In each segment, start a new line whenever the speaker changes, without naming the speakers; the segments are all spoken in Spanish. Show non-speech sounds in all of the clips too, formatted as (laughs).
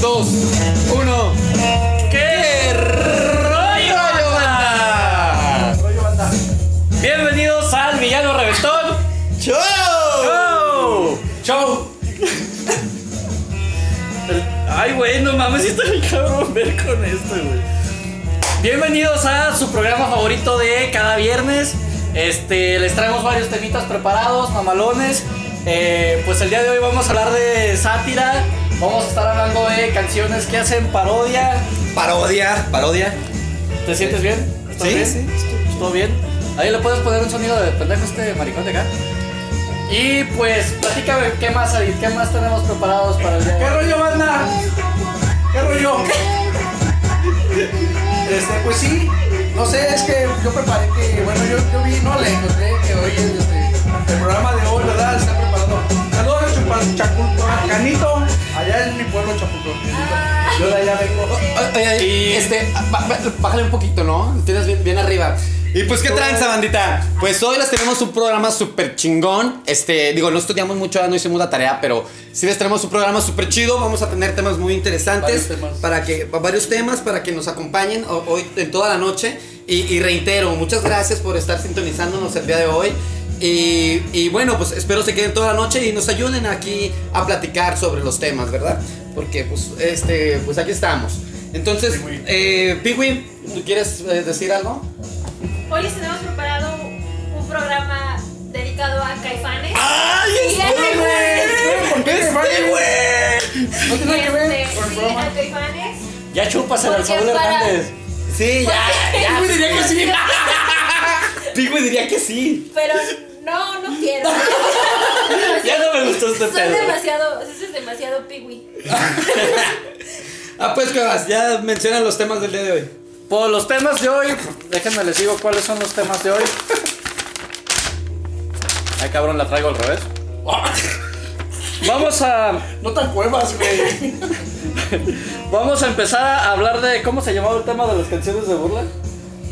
dos, uno. ¡Qué rollo, banda! Bienvenidos al Villano Reventón
¡Chao!
Show. Show. El- Ay, güey, no mames, está bien cabrón ver con esto, güey. Bienvenidos a su programa favorito de cada viernes. Este, les traemos varios temitas preparados, mamalones. Eh, pues el día de hoy vamos a hablar de sátira. Vamos a estar hablando de canciones que hacen parodia.
Parodia, parodia.
¿Te sientes bien? ¿Estás
Sí,
bien?
sí, estoy
¿Todo bien? Ahí le puedes poner un sonido de pendejo a este maricón de acá. Y pues, platícame qué más, David, qué más tenemos preparados para el día de
¿Qué
hoy?
rollo, banda? ¿Qué rollo? Este, pues sí, no sé, es que yo preparé que, bueno, yo, yo vi, no le encontré que hoy el, este, el programa de hoy, ¿verdad? Está preparado. Saludos a Chupa- Chapulco- a Canito, allá en mi pueblo Chapulco. Yo de allá vengo.
Ay, ay,
Y-
Este, ba- ba- bájale un poquito, ¿no? Tienes bien, bien arriba. Y pues, ¿qué tranza, bandita? Pues hoy les tenemos un programa súper chingón. Este, digo, no estudiamos mucho, no hicimos la tarea, pero sí les tenemos un programa súper chido. Vamos a tener temas muy interesantes.
Varios temas.
Para que, varios temas para que nos acompañen ho- hoy en toda la noche. Y, y reitero, muchas gracias por estar sintonizándonos el día de hoy. Y, y bueno, pues espero se queden toda la noche y nos ayuden aquí a platicar sobre los temas, ¿verdad? Porque pues, este, pues aquí estamos. Entonces,
Piwi.
eh, Piwi, ¿tú quieres eh, decir algo?
Hoy les tenemos preparado un programa dedicado a caifanes.
¡Ay,
este güey!
¿Por qué Caifanes? No
Y
tiene que ver
este,
con el
sí,
programa.
a caifanes.
Ya chupas al
Porque
Saúl
para-
Hernández.
Sí, ya, ya.
Piwi diría que sí.
(laughs)
Piwi diría que sí.
Pero no, no quiero.
(laughs) Ya no me gustó este
Son
pedo.
demasiado, eso es demasiado piwi.
Ah, pues, ¿qué vas? Ya menciona los temas del día de hoy.
Por los temas de hoy, déjenme les digo cuáles son los temas de hoy. (laughs) Ay, cabrón, la traigo al revés. (laughs) Vamos a
No tan cuevas,
(laughs)
güey.
Vamos a empezar a hablar de. ¿Cómo se llamaba el tema de las canciones de burla?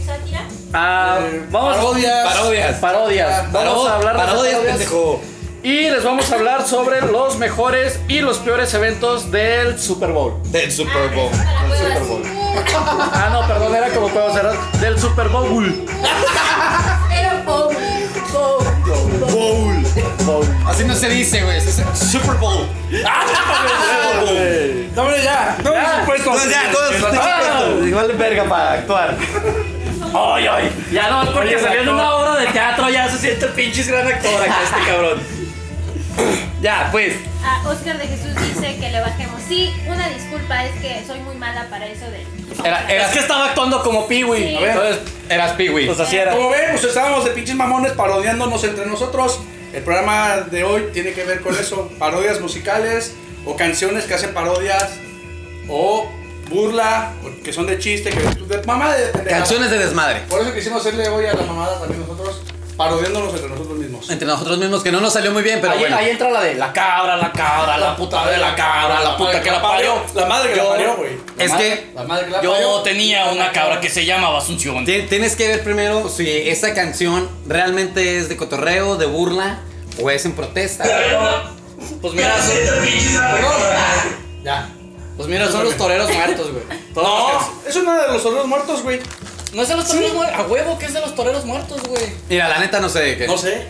Sátira.
Ah,
Eh,
vamos
parodias.
Parodias. Parodias. Vamos a hablar de
parodias, pendejo.
Y les vamos a hablar sobre los mejores y los peores eventos del Super Bowl.
Del Super Bowl.
Para cuevas.
Ah, no, perdón, era como puedo cerrar. Del Super Bowl.
Pero pom, pom.
Bowl. Así no se dice, güey. se dice Super Bowl.
Dámelo ya. No,
Ya.
Entonces, ya, todos.
Igual de verga para actuar. ¡Ay, ay! Ya no, es porque salió en una obra de teatro, ya se siente el pinche gran actor acá este (laughs) cabrón. Ya, pues.
Ah, Oscar de Jesús dice que le bajemos. Sí, una disculpa, es que soy muy mala para eso de.
Era, eras que estaba actuando como Peewee.
Sí.
A ver, entonces eras Peewee. Pues así era.
Como ven, pues estábamos de pinches mamones parodiándonos entre nosotros. El programa de hoy tiene que ver con eso, parodias musicales o canciones que hacen parodias o burla o que son de chiste, que de mamá de pendejada.
Canciones de desmadre.
Por eso quisimos hacerle hoy a la mamada también nosotros parodiándonos entre nosotros mismos.
Entre nosotros mismos, que no nos salió muy bien, pero
ahí,
bueno.
ahí entra la de la cabra, la cabra, la puta de la cabra, la puta que la parió.
La madre que
Yo-
la parió, güey. La
es
madre-
que
la madre que la
Yo
parió.
tenía una cabra que se llamaba Asunción.
Ti- Tienes que ver primero si esa canción realmente es de cotorreo, de burla o es en protesta.
Pues mira, son,
Ya.
pues mira, son los toreros muertos, güey.
No, es una de los otros muertos, güey.
No es de los toreros muertos. A huevo que es de los toreros muertos, güey.
Mira, la neta no sé qué.
No sé.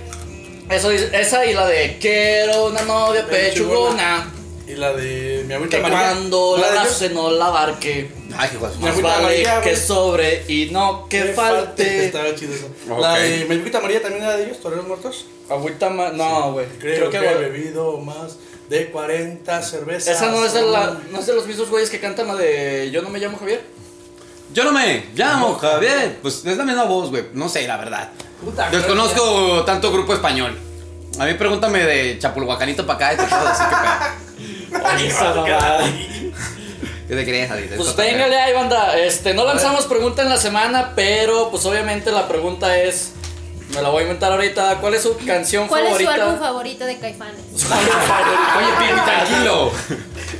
Eso dice- esa y la de quiero una novia
Pechugona.
pechugona.
Y la de mi abuelita
Que
María.
cuando
de
la
yo-
se no la barque.
Ay, qué guapo.
La
Más
agüita
vale
amarilla,
que
güey.
sobre y no que
Que
falte.
Estaba chido eso.
Ok.
La de Melvita María también era de ellos, Toreros Muertos.
Agüita ma- No, güey.
Creo, que, he
güey,
bebido más de 40 cervezas.
Esa no es, de la, no es de los mismos güeyes que cantan la de Yo no me llamo Javier.
Yo no me llamo Javier. Pues es la misma voz, güey. No sé, la verdad.
Puta,
Desconozco tanto grupo español. A mí pregúntame de Chapulhuacanito para acá y te puedo decir qué pedo. ¿Qué te crees, David? Es
Pues
cotorreo.
véngale ahí, banda. Este, no lanzamos pregunta en la semana, pero pues obviamente la pregunta es. Me la voy a inventar ahorita. ¿Cuál es su canción
¿Cuál es su
favorita?
álbum favorito de caifanes?
Oye,
Ah.
Pini, tranquilo.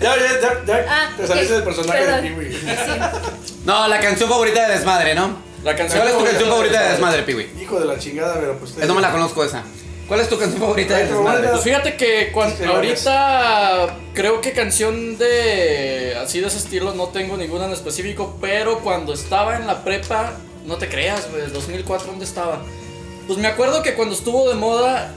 Ya, ya, ya, ya
Ah,
te saliste
ok,
del personaje
perdón.
de (laughs) Kiwi.
No, la canción favorita de Desmadre, ¿no?
La canción
¿Cuál es tu
favorita
canción
de
favorita de Desmadre,
Desmadre?
Piwi?
Hijo de la chingada, pero pues.
Eh, No me la conozco esa.
¿Cuál es tu canción favorita de
Ay, pero
Desmadre?
bueno,
Pues fíjate que cuan-
Sí,
ahorita creo que canción de así de ese estilo no tengo ninguna en específico, pero cuando estaba en la prepa, no te creas, güey, el 2004 dónde estaba. Pues me acuerdo que cuando estuvo de moda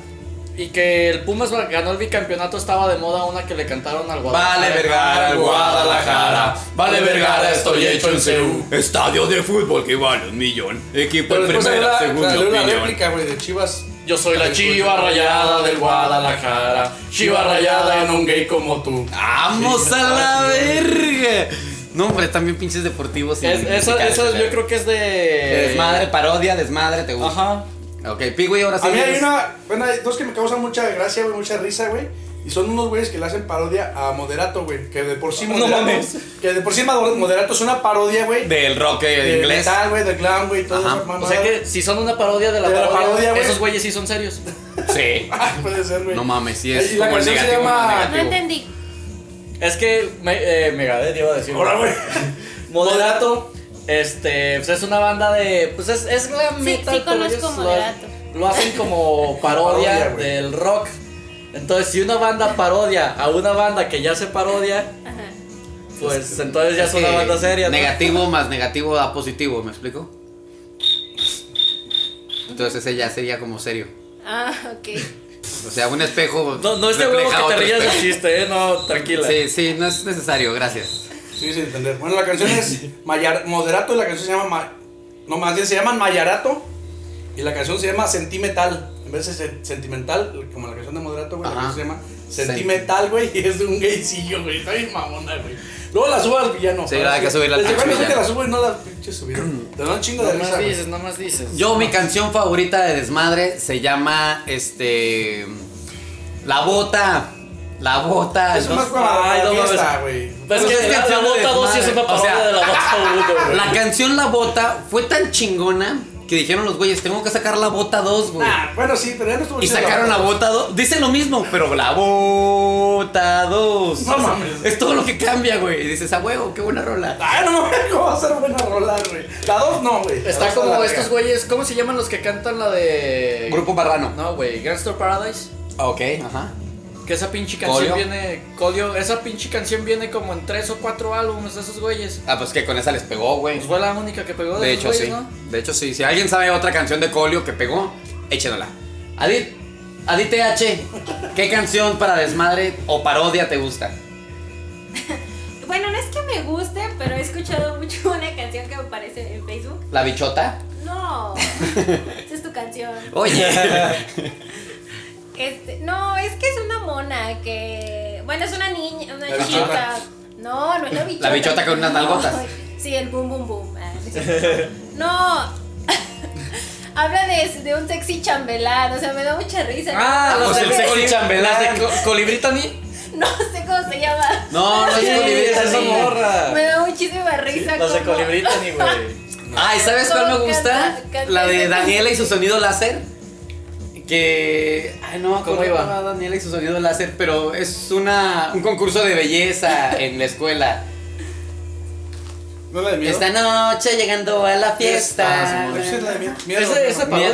y que el Pumas ganó el bicampeonato estaba de moda una que le cantaron al Guadalajara.
Vale Vergara, Guadalajara. Vale Vergara, estoy hecho en Seúl. Estadio de fútbol que vale un millón. Equipo
Pero
en
después Pues salió
primera,
la-
segunda
salió una
opinión.
réplica, güey, de Chivas.
Yo soy la chiva rayada del Guadalajara, chiva rayada en un gay como tú.
¡Vamos a la verga! No, hombre, también pinches deportivos. y
Es- esa
musicales,
esa
la
yo
verga.
creo que es
De
de...
Desmadre, parodia, desmadre, te gusta.
Ajá.
Ok, Pigui, ahora sí.
A mí hay
eres-
una, bueno, hay dos que me causan mucha gracia, güey, mucha risa, güey. Y son unos güeyes que le hacen parodia a Moderato, güey. Que de por sí
No
Moderato.
mames.
Que de por sí Moderato es una parodia, güey.
Del rock eh,
del
inglés.
metal, güey, del glam, güey, todo
Ajá.
eso, mamá.
O sea que si son una parodia de la
De la
parodia,
parodia, güey.
esos güeyes sí son serios.
Sí.
Ah, puede ser, güey.
No mames, sí es
Y la
como el
canción se
negativo,
llama-
como el
No
negativo.
entendí.
Es que me, eh, Megadeth iba a decir.
Ahora, güey.
Moderato. Este, pues es una banda de. Pues es, es glam
Sí,
metal.
sí
pero
conozco
ellos lo-
Moderato.
Lo, hacen
(laughs)
como parodia,
Parodia, güey.
del rock. Entonces, si una banda parodia a una banda que ya se parodia,
Ajá.
pues entonces ya es una
que
banda seria. ¿no?
Negativo más negativo da positivo, ¿me explico? Entonces ese ya sería como serio.
Ah, ok.
O sea, un espejo.
No, no es de huevo
refleja
que
otro
te rías del
espejo.
chiste, eh. No, tranquila.
Sí, sí, no es necesario, gracias.
Sí, sin entender. Bueno, la canción es Mayar- Moderato y la canción se llama. Ma- no, más bien se llaman Mayarato. Y la canción se llama Sentimental. En vez de sen- sentimental, como la canción de Moderato, güey, la
Ajá.
canción se llama
Sen-
Sentimental, güey. Y es de un gaycillo, güey. Está bien mamona, güey. Luego la subo al villano.
Sí, la hay que subirla al
al
pinche
villano. que
villano.
la subo y no la pinche
(clears throat)
subieron. Te dan un chingo de
No más
risa. güey.
dices, no más dices.
Yo, mi canción favorita de desmadre se llama este. La bota. La bota.
Es más
Entonces,
para
Ay,
la
no mames.
fiesta, güey.
Pues
Pues
que
es
la, la
canción de
bota 2 sí es
desmadre.
una
O sea,
parodia de la
(laughs)
bota 1, güey.
la canción La bota fue tan chingona que dijeron los güeyes: Tengo que sacar la bota 2, güey.
Nah, Ah, bueno, sí, pero ya no estuvo
Y
chido
sacaron la bota 2. Dicen lo mismo, pero la bota 2.
No
(laughs)
mames.
Es todo lo que cambia, güey. Y dices, a huevo, qué buena rola.
Ay, no mames, ¿cómo va a ser buena rola, güey? La dos no, güey. La
Está
dos la
como
verga.
estos güeyes, ¿cómo se llaman los que cantan la de.
Grupo Marrano.
No, güey, Gangster Paradise.
Ah, Ok, ajá.
Que esa pinche canción
Colio.
viene. Colio, esa pinche canción viene como en tres o cuatro álbumes de esos güeyes.
Ah, pues que con esa les pegó, güey.
Pues fue la única que pegó de,
De
esos
hecho,
güeyes,
sí.
¿no?
De hecho, sí. Si alguien sabe otra canción de Colio que pegó, échenosla. Adit, Adit TH, ¿qué canción para desmadre o parodia te gusta?
Bueno, no es que me guste, pero he escuchado mucho una canción que aparece en Facebook.
¿La bichota?
(laughs)
No, esa es tu canción.
Oye.
Este, no, es que es una mona que. Bueno, es una niña, una
La
chica.
bichota.
No, no es la bichota.
bichota con unas nalgotas.
Ay, Sí, el boom, boom, boom. Ah, no, es cierto. No. (laughs) Habla de, de un sexy chambelán, o sea, me da mucha risa.
Ah,
no,
los
pues
de
el sexy chambelán.
las de Co- Colibrita ni.
no sé cómo se llama.
No, no es Colibrita
esa
ni.
morra.
Me da muchísima risa.
Las de
cómo-
Colibrita ni, güey.
Ay, ¿sabes cuál me
Todo
gusta?
canta- canta-
La de Daniela y su sonido láser. Que. Ay, no,
¿Cómo
¿cómo
iba?
iba? Daniela y su sonido láser, pero es una, un concurso de belleza en la escuela.
¿No es la de miedo?
Esta noche llegando a la fiesta.
Ah, sí, es la de miedo. Miedo,
¿Esa,
güey,
esa
no.
parodia?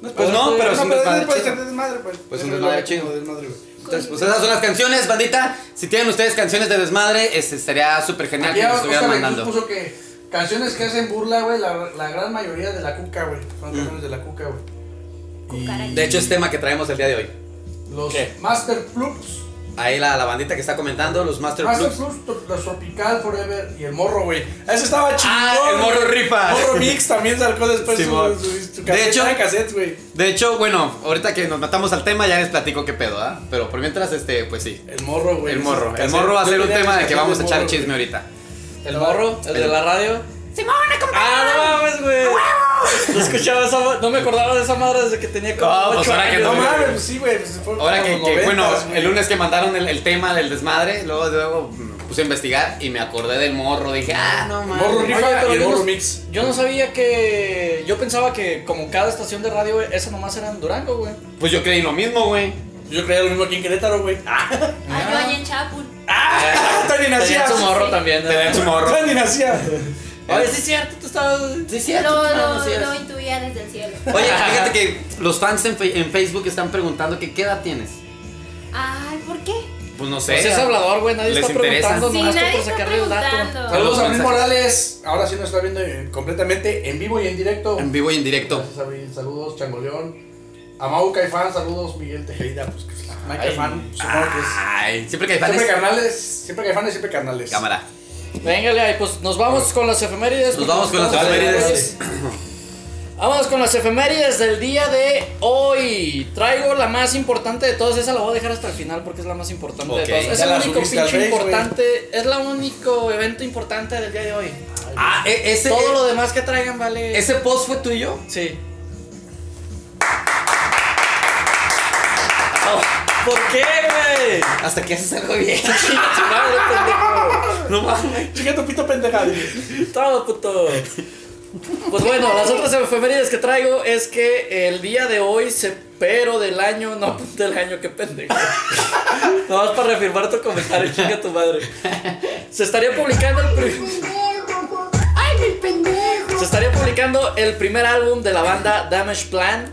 ¿Miedo? Pues no, pero es un desmadre
puede
chido.
ser desmadre, pues.
Pues
Eso
un
es
desmadre
lo que-
chido.
como desmadre, güey.
Entonces, pues esas son las canciones, bandita. Si tienen ustedes canciones de desmadre, este, estaría súper genial
Aquí
que nos
abajo
estuvieran
justamente
mandando.
puso que canciones que hacen burla, güey, la, la gran mayoría de la cuca, güey. Son canciones de la cuca, güey.
Cucaracha.
De hecho, es tema que traemos el día de hoy.
Los
¿Qué?
Master Plugs.
Ahí la, la bandita que está comentando, los Master
Master
Plus.
Plugs, to- los Tropical Forever y el morro, güey. Ese estaba chido.
Ah, el morro rifa. (laughs)
Morro Mix también sacó después
Simón.
su, su, su, su
De hecho-
de cassettes, güey.
De hecho, bueno, ahorita que nos matamos al tema ya les platico qué pedo, ¿ah? Pero por mientras, este, pues sí.
El morro, güey.
El
Ese
morro. El
cassette.
morro va a
Yo
ser un
tenía
tema de
mis
que vamos a
cassettes
echar
del
chisme
morro,
ahorita.
El morro, el de la radio.
Simón, acompáñame.
Ah, no mames, güey. No escuchaba esa. ma- No me acordaba de esa madre desde que tenía como.
No, pues
ocho
ahora que
güey.
años,
No
güey.
mames, pues sí, güey. pues fue
Ahora
como
que,
los
que, bueno,
noventas, güey.
el lunes que mandaron el, el tema del desmadre, luego, luego me puse a investigar y me acordé del morro. Dije, ah, no mames.
Morro
Oye,
rifa
pero
y el
yo no-
morro mix.
Yo no sabía que. Yo pensaba que como cada estación de radio, güey, esa nomás era en Durango, güey.
Pues yo creí lo mismo, güey.
Yo creía lo mismo aquí en Querétaro, güey. Ah,
Ah, yo allá en Chapul.
Tony
Tenía
nacía.
su morro también. ¿no?
Tenían su Ah, morro.
Tony nacía.
Oye, sí es cierto, tú estabas.
Sí, es cierto.
Lo,
no,
lo,
no, sí es.
lo intuía desde el cielo.
Oye, fíjate que los fans en, fe- en Facebook están preguntando que qué edad tienes.
Ay, ¿por qué?
Pues no sé.
Pues es hablador, güey, nadie
¿Les
está
interesa?
preguntando
Sí,
Pues nomás tú
nadie
por
está
sacarle el dato.
preguntando.
Saludos a Luis
Mensaje.
Morales. Ahora sí nos está viendo eh, completamente en vivo y en directo.
En vivo y en directo.
Gracias, Abril. Saludos, Changoleón. A Mau Caifán, saludos, Miguel Tejeda. Pues que es la Mike Caifán, supongo que es.
Ay, siempre que hay fans.
Siempre carnales, siempre Caifán y siempre carnales.
Cámara.
Véngale ahí, pues nos vamos con las efemérides.
Nos
porque
vamos con las
estamos-
efemérides.
Vamos con las efemérides del día de hoy. Traigo la más importante de todas. Esa la voy a dejar hasta el final porque es la más importante
Ok.
de todas. Es
Ya
el
la
único
subiste al
pinche
Face, güey.
importante. Es la único evento importante del día de hoy.
Ah, e- ese,
Todo lo demás que traigan vale.
ese post fue tuyo.
Sí. ¿Por qué, güey?
Hasta que haces algo bien.
(laughs) Chinga tu madre, pendejo.
No mames.
Chica tu pito pendejado.
Todo puto. Pues bueno, las otras efemérides que traigo es que el día de hoy se pero del año, no (laughs) del año, qué pendejo. (laughs) Nomás para reafirmar tu comentario, chinga tu madre. Se estaría publicando el pri-
¡Ay, mi pendejo!
se estaría publicando el primer álbum de la banda Damage Plan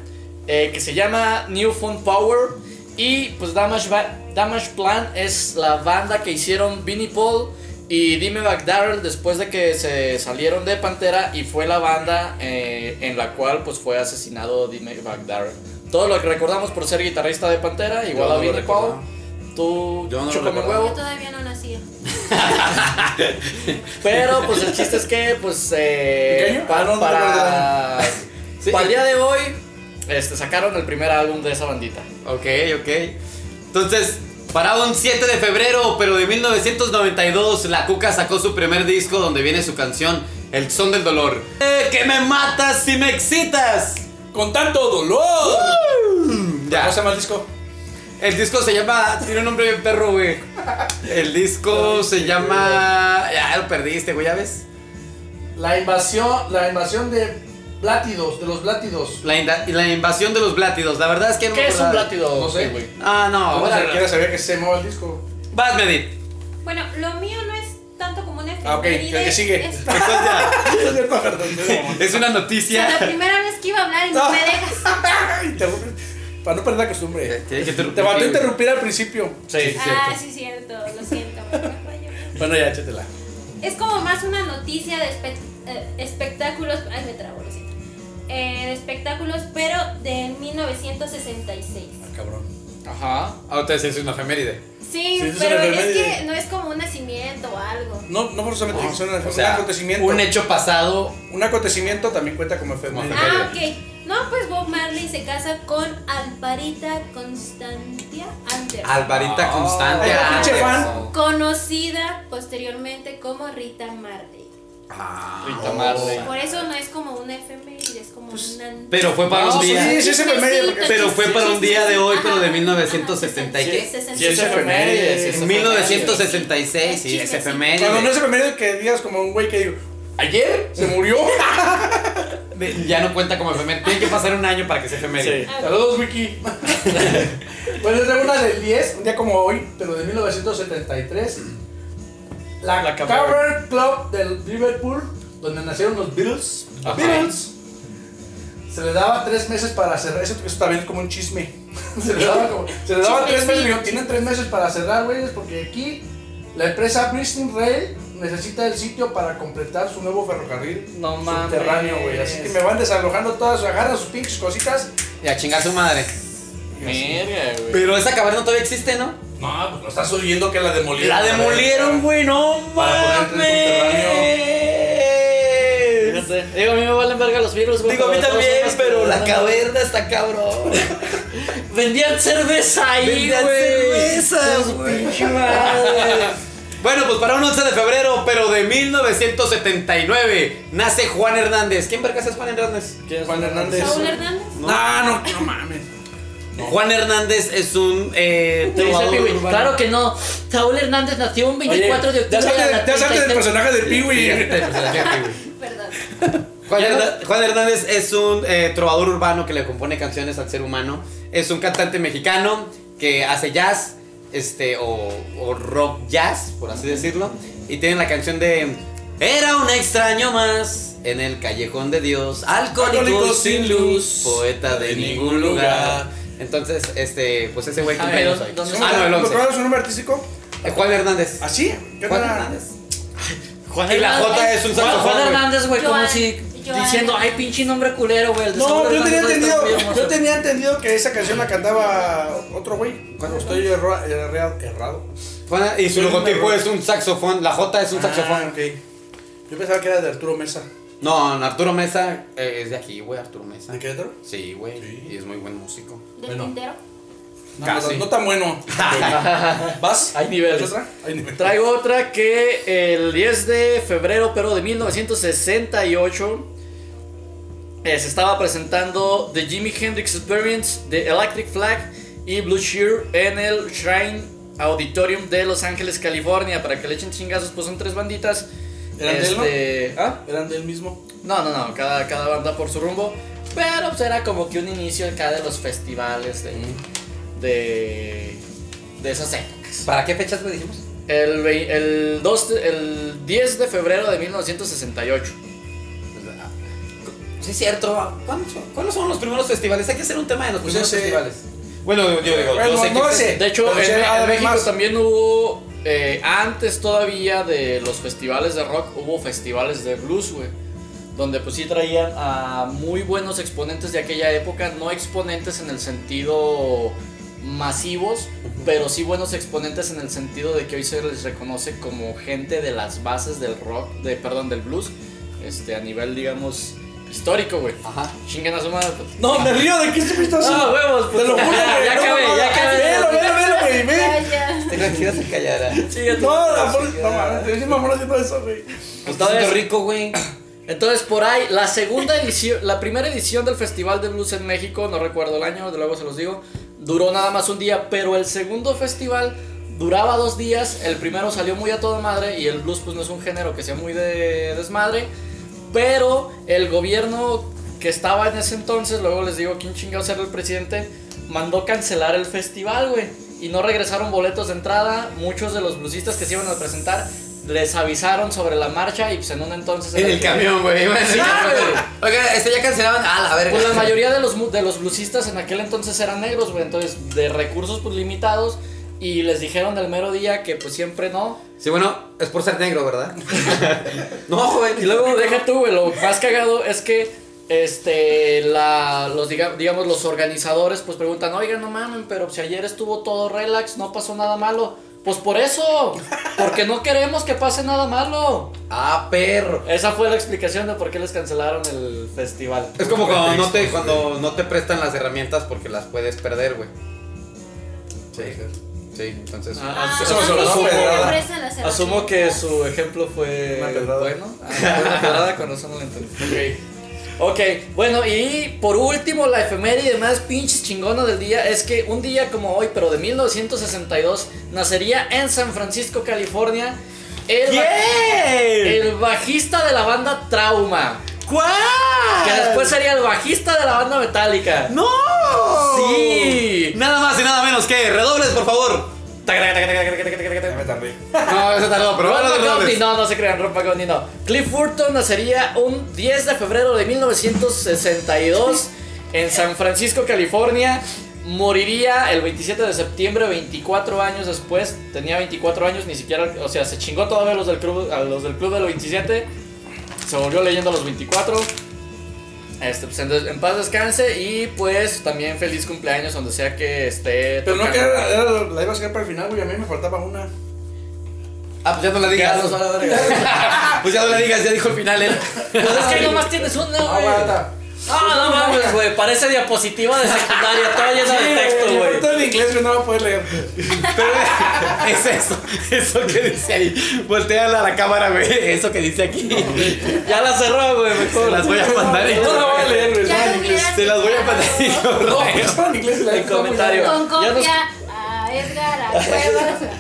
eh, que se llama New Phone Power y pues Damage, Ba- Damage Plan es la banda que hicieron Vinnie Paul y Dime Darrell después de que se salieron de Pantera y fue la banda eh, en la cual pues fue asesinado Dime Darrell Todo lo que recordamos por ser guitarrista de Pantera, igual
no
a
lo
Vinnie Paul.
recordaba.
Tú,
Yo no lo
chúpame
recordaba.
huevo.
Yo todavía no nacía.
(laughs)
Pero pues el chiste es que pues eh,
¿En qué año?
pa-
Ah, no, no
para,
recuerdo.
(laughs)
Sí.
para el día de hoy este, sacaron el primer álbum de esa bandita.
Ok, ok. Entonces, para un 7 de febrero, pero de 1992, La Cuca sacó su primer disco donde viene su canción, El Son del Dolor. Eh, que me matas si me excitas.
Con tanto dolor.
Uh.
¿Cómo
Ya.
se llama el disco?
El disco se llama. Tiene un nombre bien perro, güey. El disco se llama. Ya lo perdiste, güey, ¿ya ves?
La invasión, la invasión de Plátidos, de los Plátidos.
La, inda- la invasión de los blátidos. La verdad es que no. me
¿Qué es un
acordaba.
plátido?
No sé.
güey?
Ah, no.
Ahora
bueno,
ni siquiera sabía que se llamaba el (laughs) disco.
Vas, Medit.
Bueno, lo mío no es tanto como una
Ah, ok,
efeméride.
el que sigue.
Es,
Entonces ya,
(laughs) Perdón,
Es una
o sea, la
noticia.
primera vez que iba a hablar y no,
No.
me dejas.
Para no perder la costumbre.
Tienes que
Te faltó
interrumpir.
interrumpir al principio.
Sí.
Ah, sí, cierto, lo siento. me falló.
Bueno, ya, échatela.
Es como más una noticia de espe- eh, espectáculos. Ay, me trabo, lo siento. Eh, de espectáculos, pero de 1966.
Cabrón.
Ajá.
Ahora te Ah, decís una efeméride.
Sí,
Sí, eso es
pero
una
es
efeméride.
que no es como un nacimiento o algo.
No, no forzosamente que suena-
Ah, O
un
sea,
acontecimiento.
Un e- hecho pasado.
Un acontecimiento también cuenta como efeméride.
Como
Ah, ok. No, pues Bob Marley se casa con Alparita Constantia Anderson.
Ah.
Alvarita Constante.
Ay,
Ah,
pinche
eso.
fan.
conocida posteriormente como Rita Marley.
Ah,
Rita Marley.
Por eso no es como una efeméride, es como
Pues,
una...
Pero fue para
No,
un
sí,
día.
sí, sí es efeméride, porque-
Pero fue para un día de hoy, pero de
Ajá,
1970 y
ajá,
qué?
Sí, es
66.
efeméride. sí es
En
efeméride.
1966, sí, es
Cuando no
efeméride.
es efeméride que digas como un güey que digo, ayer se murió.
Ya no cuenta como efeméride. Tiene que pasar un año para que sea efeméride.
Sí.
Saludos, Wiki. (laughs) bueno, es una del 10, un día como hoy, pero de 1973. La,
La Cavern.
Cavern Club de Liverpool, donde nacieron los Beatles.
Ajá.
Beatles. Se le daba tres meses para cerrar. Eso, eso también es como un chisme. (laughs) Se le daba, como- se le daba tres meses. digo, tienen tres meses para cerrar, güeyes, porque aquí la empresa Bristol Rail necesita el sitio para completar su nuevo ferrocarril
No mames.
subterráneo, güey. Así que me van desalojando todas, agarran sus pinches cositas.
Y a chingar su madre.
Mierda, güey.
Pero esa caverna todavía existe, ¿no?
No, pues lo estás oyendo que la demolieron.
La demolieron, güey. No
Para poner
mames.
Fíjate. Digo, a mí me valen verga los virus, güey.
Digo, a mí
pero de todos
también,
modos,
pero la
no,
caverna está cabrón.
no. Vendían cerveza ahí, güey.
Vendían cerveza,
Pues,
güey.
pinche madre.
Bueno, pues para un 11 de febrero, pero de 1979, nace Juan Hernández. ¿Quién vergas es (laughs) Juan Hernández?
¿Quién es?
Juan Hernández.
Saúl Hernández.
No,
Ah,
no, no mames.
Juan Hernández es un eh,
Te dice
trovador
Piwi,
urbano.
Claro que no. Saúl Hernández nació un 24 de octubre.
ya
a
sabes
las
ya sabes del
33.
personaje de Piwi.
Fíjate, pues, fíjate, güey.
Perdón.
Juan, Herna- Juan Hernández es un eh, trovador urbano que le compone canciones al ser humano. Es un cantante mexicano que hace jazz, este, o, o rock jazz, por así decirlo. Y tiene la canción de Era un extraño más en el callejón de Dios, alcohólico,
Alcohólico
sin
sin
luz,
luz,
poeta de
de
ningún
ningún
lugar.
lugar.
Entonces, este, pues ese güey
A
cumple
ver,
años hoy.
¿dónde
Ah,
está?
no, el
¿Me
11.
acuerdas su nombre artístico?
Eh, Juan Hernández.
¿Así? ¿Qué
Juan
tal?
Hernández.
Juan
Y la
Hernández.
J es un
Juan-
saxofón,
Juan
güey.
Hernández, güey, como
Joan-
si
Joan-
diciendo, ay, pinche nombre culero, güey. el de
No,
Saúl
yo tenía,
Hernández está
entendido,
muy hermoso".
yo tenía entendido que esa canción la cantaba otro güey. Cuando estoy erra- erra- errado.
Juan- y su
Soy un
logotipo
error.
es un saxofón. La J es un
Ah,
saxofón.
ok. Yo pensaba que era de Arturo Mesa.
No, no, Arturo Mesa eh, es de aquí, güey, Arturo Mesa.
¿De Querétaro?
Sí, güey.
Sí.
Y es muy buen músico.
¿Del
Bueno.
tintero?
No,
Casi.
No, no tan
(laughs)
bueno. ¿Vas?
Hay niveles.
¿Hay otra? Hay niveles.
Traigo otra que el 10 de febrero, pero de 1968, eh, se estaba presentando The Jimi Hendrix Experience, The Electric Flag y Blue Sheer en el Shrine Auditorium de Los Ángeles, California. Para que le echen chingazos, pues son tres banditas.
¿Eran de él, no?
Este, ¿ah?
¿Eran del mismo?
No, no, no, cada, cada banda por su rumbo. Pero pues era como que un inicio acá de los festivales de, de, de esas épocas.
¿Para qué fechas me dijimos?
El, vei- el, dos de- el 10 de febrero de 1968.
Sí, es cierto. ¿Cuándo son- ¿Cuáles son los primeros festivales? Hay que hacer un tema de los
Pues
primeros
ese-
festivales. Bueno, yo digo, yo
Bueno,
sé
no
que-
ese.
De hecho,
Pero
en,
sí,
en
ah, de
México
más.
también hubo, eh, antes todavía de los festivales de rock, hubo festivales de blues, güey. Donde pues sí traían a muy buenos exponentes de aquella época, no exponentes en el sentido masivos, pero sí buenos exponentes en el sentido de que hoy se les reconoce como gente de las bases del rock, de perdón, del blues, este a nivel digamos histórico, güey.
Ajá.
Chingan a su madre. pues.
No, me río de que este me está
Ah,
haciendo.
huevos,
Te lo juro, (laughs) güey.
(laughs) ya
no,
acabé,
no, no,
ya acabé.
Velo, velo, velo, güey. ve.
Vaya.
Te la quieras callar. ¿eh?
Chinga tu
No,
madre.
la por- no, mames, te decimos mamón haciendo eso, güey.
Entonces-
Está rico, güey.
Entonces por ahí, la segunda edición, la primera edición del Festival de Blues en México, no recuerdo el año, de luego se los digo, duró nada más un día, pero el segundo festival duraba dos días, el primero salió muy a toda madre y el blues pues no es un género que sea muy de desmadre, pero el gobierno que estaba en ese entonces, luego les digo quién chingados era el presidente, mandó cancelar el festival, güey. Y no regresaron boletos de entrada. Muchos de los bluesistas que se iban a presentar les avisaron sobre la marcha y pues en un entonces...
En
era
el
que-
camión, güey.
Sí, güey.
Oiga, este ya cancelaban. Ah, la verga.
Pues la mayoría de los, mu- de los bluesistas en aquel entonces eran negros, güey. Entonces, de recursos pues limitados. Y les dijeron el mero día que pues siempre no.
Sí, bueno, es por ser negro, ¿verdad? no, joven.
Y luego deja tú, güey, lo más cagado es que este la los diga- digamos los organizadores pues preguntan, "Oigan, no mamen, pero si ayer estuvo todo relax, no pasó nada malo." Pues por eso, porque no queremos que pase nada malo.
Ah, perro.
Esa fue la explicación de por qué les cancelaron el festival.
Es como cuando no, te, cuando no te prestan las herramientas porque las puedes perder, güey. Sí, sí, entonces.
Ah,
Ah,
Eso me
no,
sonó una
no, no,
pedrada.
no, no, no, no.
Asumo que su ejemplo fue
Una pedrada.
bueno. Ah, fue una pedrada, con razón no la entendí. Ok, bueno, y por último, la efeméride más pinches chingona del día es que un día como hoy, pero de 1962, nacería en San Francisco, California, el, ba-
¡Bien!
el bajista de la banda Trauma,
¿Cuál?
que
Ah.
después sería el bajista de la banda Metallica.
¡No!
Sí.
Nada más y nada menos que redobles, por (laughs) favor.
Ya me tardé.
No, eso tardó, pero
Ron
ahora
McGovney,
redobles.
no, no se crean, Ron McGovney, no. Cliff Burton nacería un 10 de febrero de 1962 en San Francisco, California. Moriría el 27 de septiembre, 24 años después. Tenía 24 años, ni siquiera, o sea, se chingó todavía a los del club, a los del club de los 27. Se volvió leyendo a los 24. Este, pues, en, des- en paz descanse y pues también feliz cumpleaños donde sea que esté.
Pero no,
tocando.
que era- era- la iba a sacar para el final, güey. A mí me faltaba una.
Ah, pues ya no la digas.
Ya nos vale verga.
Pues ya no la digas, ya dijo el final él. (laughs)
Pues
(laughs)
es que nomás tienes una,
Ah,
güey.
barata.
Ah, no mames, güey. Parece diapositiva de secundaria, toda llena de texto,
Yo
güey.
estoy en inglés, güey, no la puedo leer.
Pero es eso, eso que dice ahí. Volteala a la cámara, güey. Eso que dice aquí.
Ya la cerró, güey,
Se
mejor. (laughs)
las voy a mandar en
No la voy a leer, güey.
Ya
estaba
lo
en inglés.
hubieras
Se las voy a mandar en
quitado.
correo.
No, estaba en inglés. la-
En comentario.
Con
Ya nos-
copia a Edgar,
(laughs)
a Cuevas.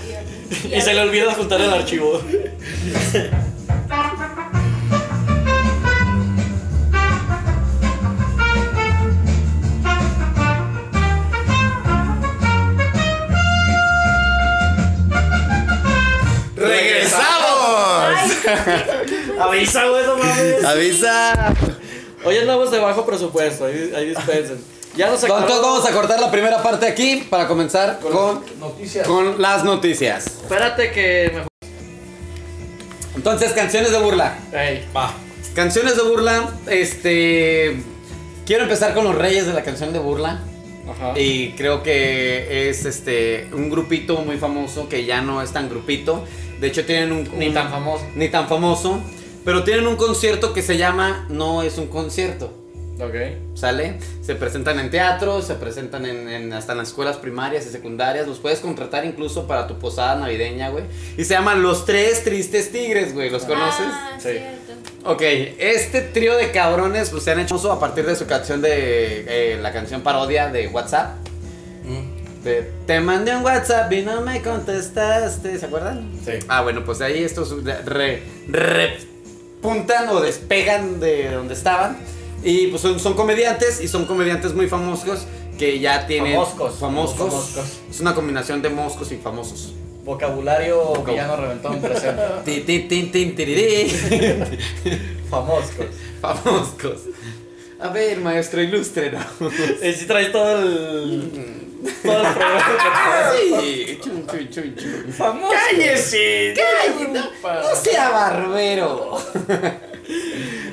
Y se le olvida juntar el archivo.
¡Regresamos!
Ay, qué
Avisa, güey, no mames.
Avisa.
Hoy andamos de bajo presupuesto, ahí, ahí dispensen. Ya nos acabó.
Entonces vamos a cortar la primera parte aquí para comenzar con,
Noticias.
con las noticias.
Espérate que me...
Entonces, canciones de burla.
Ey,
Va.
Canciones de burla, este... Quiero empezar con los reyes de la canción de burla.
Ajá.
Y creo que es este un grupito muy famoso que ya no es tan grupito. De hecho tienen un,
Ni
un-
tan famoso.
ni tan famoso, pero tienen un concierto que se llama No es un concierto.
Ok.
¿Sale? Se presentan en teatros, se presentan en, en- hasta en las escuelas primarias y secundarias. Los puedes contratar incluso para tu posada navideña, güey. Y se llaman Los Tres Tristes Tigres, güey. ¿Los conoces?
Ah,
Sí.
cierto.
Ok, este trío de cabrones pues, se han hecho famoso a partir de su canción de eh, la canción parodia de WhatsApp.
Mm.
De, te mandé un WhatsApp y no me contestaste, ¿se acuerdan?
Sí.
Ah, bueno, pues ahí estos re- repuntan o despegan de donde estaban. Y pues son, son comediantes y son comediantes muy famosos que ya tienen...
Famoscos.
Famoscos.
Famoscos.
Es una combinación de moscos y famosos. (laughs)
Vocabulario villano reventón (laughs) presente.
Ti, ti, tin, tin, tirirí.
Famosos.
Famoscos. A ver, maestro, ilústrenos.
Y si traes todo el... Todo (laughs) el programa.
Sí, chun, chun, chun, chun.
Famoso.
¡Cállese!
¡Ay, no, no sea barbero!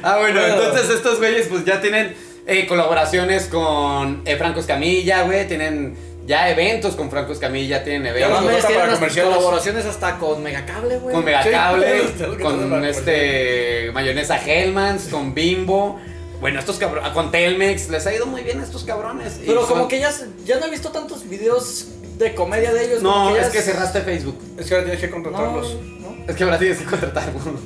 ah, bueno, entonces estos güeyes pues ya tienen eh, colaboraciones con eh, Franco Escamilla, güey, tienen ya eventos con Franco Escamilla, tienen
Ya
eventos
no
Vamos,
mames,
otra
tienen
para
unas
comerciales.
colaboraciones hasta con Megacable, güey.
con Megacable,
(laughs)
Sí, claro que todo
con
lo
este mayonesa Hellmans, con Bimbo. Bueno, estos cabrones, con Telmex, les ha ido muy bien a estos cabrones. y
Pero
son-
como que ya, s- ya no he visto tantos videos de comedia de ellos. como
No,
ya
es que cerraste Facebook.
Es que ahora tienes que
No,
contratarlos.
no.
Es que ahora tienes que contratar, güey.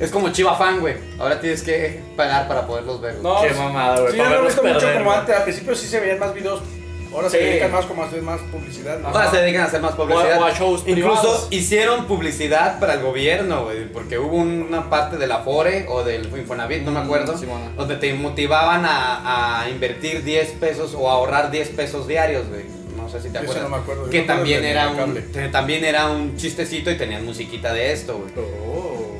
Es como Chiva Fan, güey. Ahora tienes que pagar para poderlos ver. güey.
No,
Qué mamada, güey.
Sí,
para
yo no he
verlos
visto mucho
perder,
como
güey.
antes. Al principio sí se veían más videos. Ahora se
Sí.
dedican más como a hacer más publicidad. ¿no?
Ahora se dedican a hacer más publicidad.
O- o a shows
Incluso
privados.
hicieron publicidad para el gobierno, güey, porque hubo una parte del Afore o del Infonavit, no me
Mm,
acuerdo,
Simona.
donde te motivaban a, a invertir 10 pesos o a ahorrar 10 pesos diarios, güey. No sé si te
Ese
acuerdas.
no me acuerdo, yo
Que
me acuerdo
también
del
era,
cable.
un, que también era un chistecito y tenían musiquita de esto, güey.
Oh.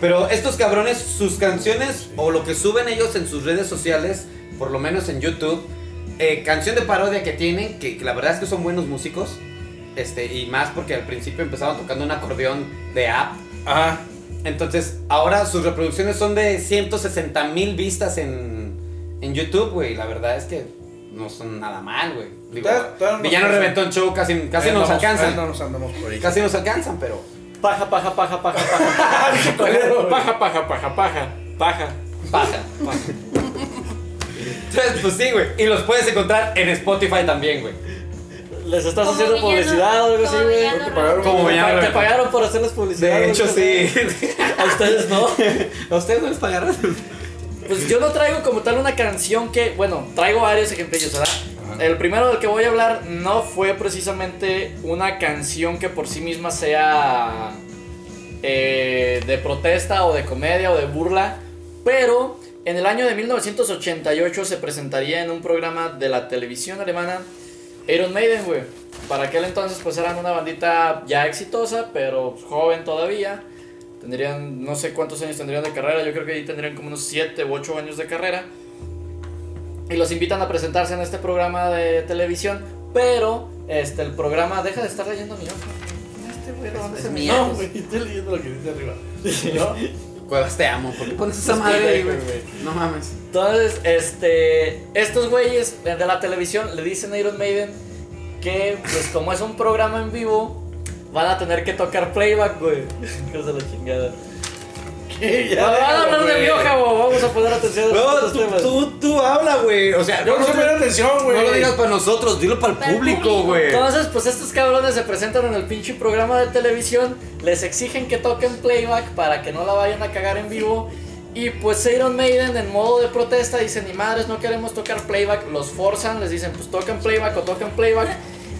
Pero estos cabrones, sus canciones o lo que suben ellos en sus redes sociales, por lo menos en YouTube, eh, canción de parodia que tienen, que, que la verdad es que son buenos músicos, este, y más porque al principio empezaban tocando un acordeón de app.
Ajá.
Entonces, ahora sus reproducciones son de 160 mil vistas en, en YouTube, güey. La verdad es que no son nada mal, güey. Digo,
Todavía- todavía no
Villano
nos-
Reventón Show casi, casi
Ahí
nos
andamos- ahí
alcanzan.
No nos andamos por ahí.
Casi nos alcanzan, pero...
Paja, paja, paja, paja, (laughs) paja. paja, paja, paja, paja, paja.
Paja. Entonces, pues sí, güey. Y los puedes encontrar en Spotify también, güey.
Les estás
Como
haciendo
villano-
publicidad o algo así,
como
güey.
villano
Te pagaron.
Como
Te
ya
pa- Te pagaron por hacerles publicidad.
De
güey.
hecho, sí.
A ustedes no.
(laughs) ¿A ustedes no les pagaron?
Pues yo no traigo como tal una canción que, bueno, traigo varios ejemplos, ¿verdad? El primero del que voy a hablar no fue precisamente una canción que por sí misma sea eh, de protesta o de comedia o de burla, pero en el año de 1988 se presentaría en un programa de la televisión alemana Iron Maiden, güey. Para aquel entonces pues eran una bandita ya exitosa, pero joven todavía. Tendrían, no sé cuántos años tendrían de carrera, yo creo que ahí tendrían como unos 7 u 8 años de carrera. Y los invitan a presentarse en este programa de televisión, pero este, el programa deja de estar leyendo mi hoja. Este güey, ¿de dónde se me-
No, güey, estoy leyendo lo que dice arriba.
Cuevas, te amo. ¿Por qué pones esa
Es
madre ahí, güey?
pendejo,
No mames.
Entonces, este, estos güeyes de la televisión le dicen a Iron Maiden que, pues como es un programa en vivo, van a tener que tocar playback, güey. (laughs) Hijos de la chingada.
Ya
Bueno, van a hablar de mi
déjalo,
hoja, güey. Vamos a poner atención a
No,
estos
tú,
temas.
tú, tú habla, güey. O sea,
Yo no sé poner atención, güey.
no lo digas para nosotros, dilo para
Para
el
el
público,
público.
güey.
Entonces, pues estos cabrones se presentan en el pinche programa de televisión, les exigen que toquen playback para que no la vayan a cagar en vivo. Y pues Iron Maiden en modo de protesta dicen, ni madres, no queremos tocar playback, los forzan, les dicen, pues toquen playback o toquen playback.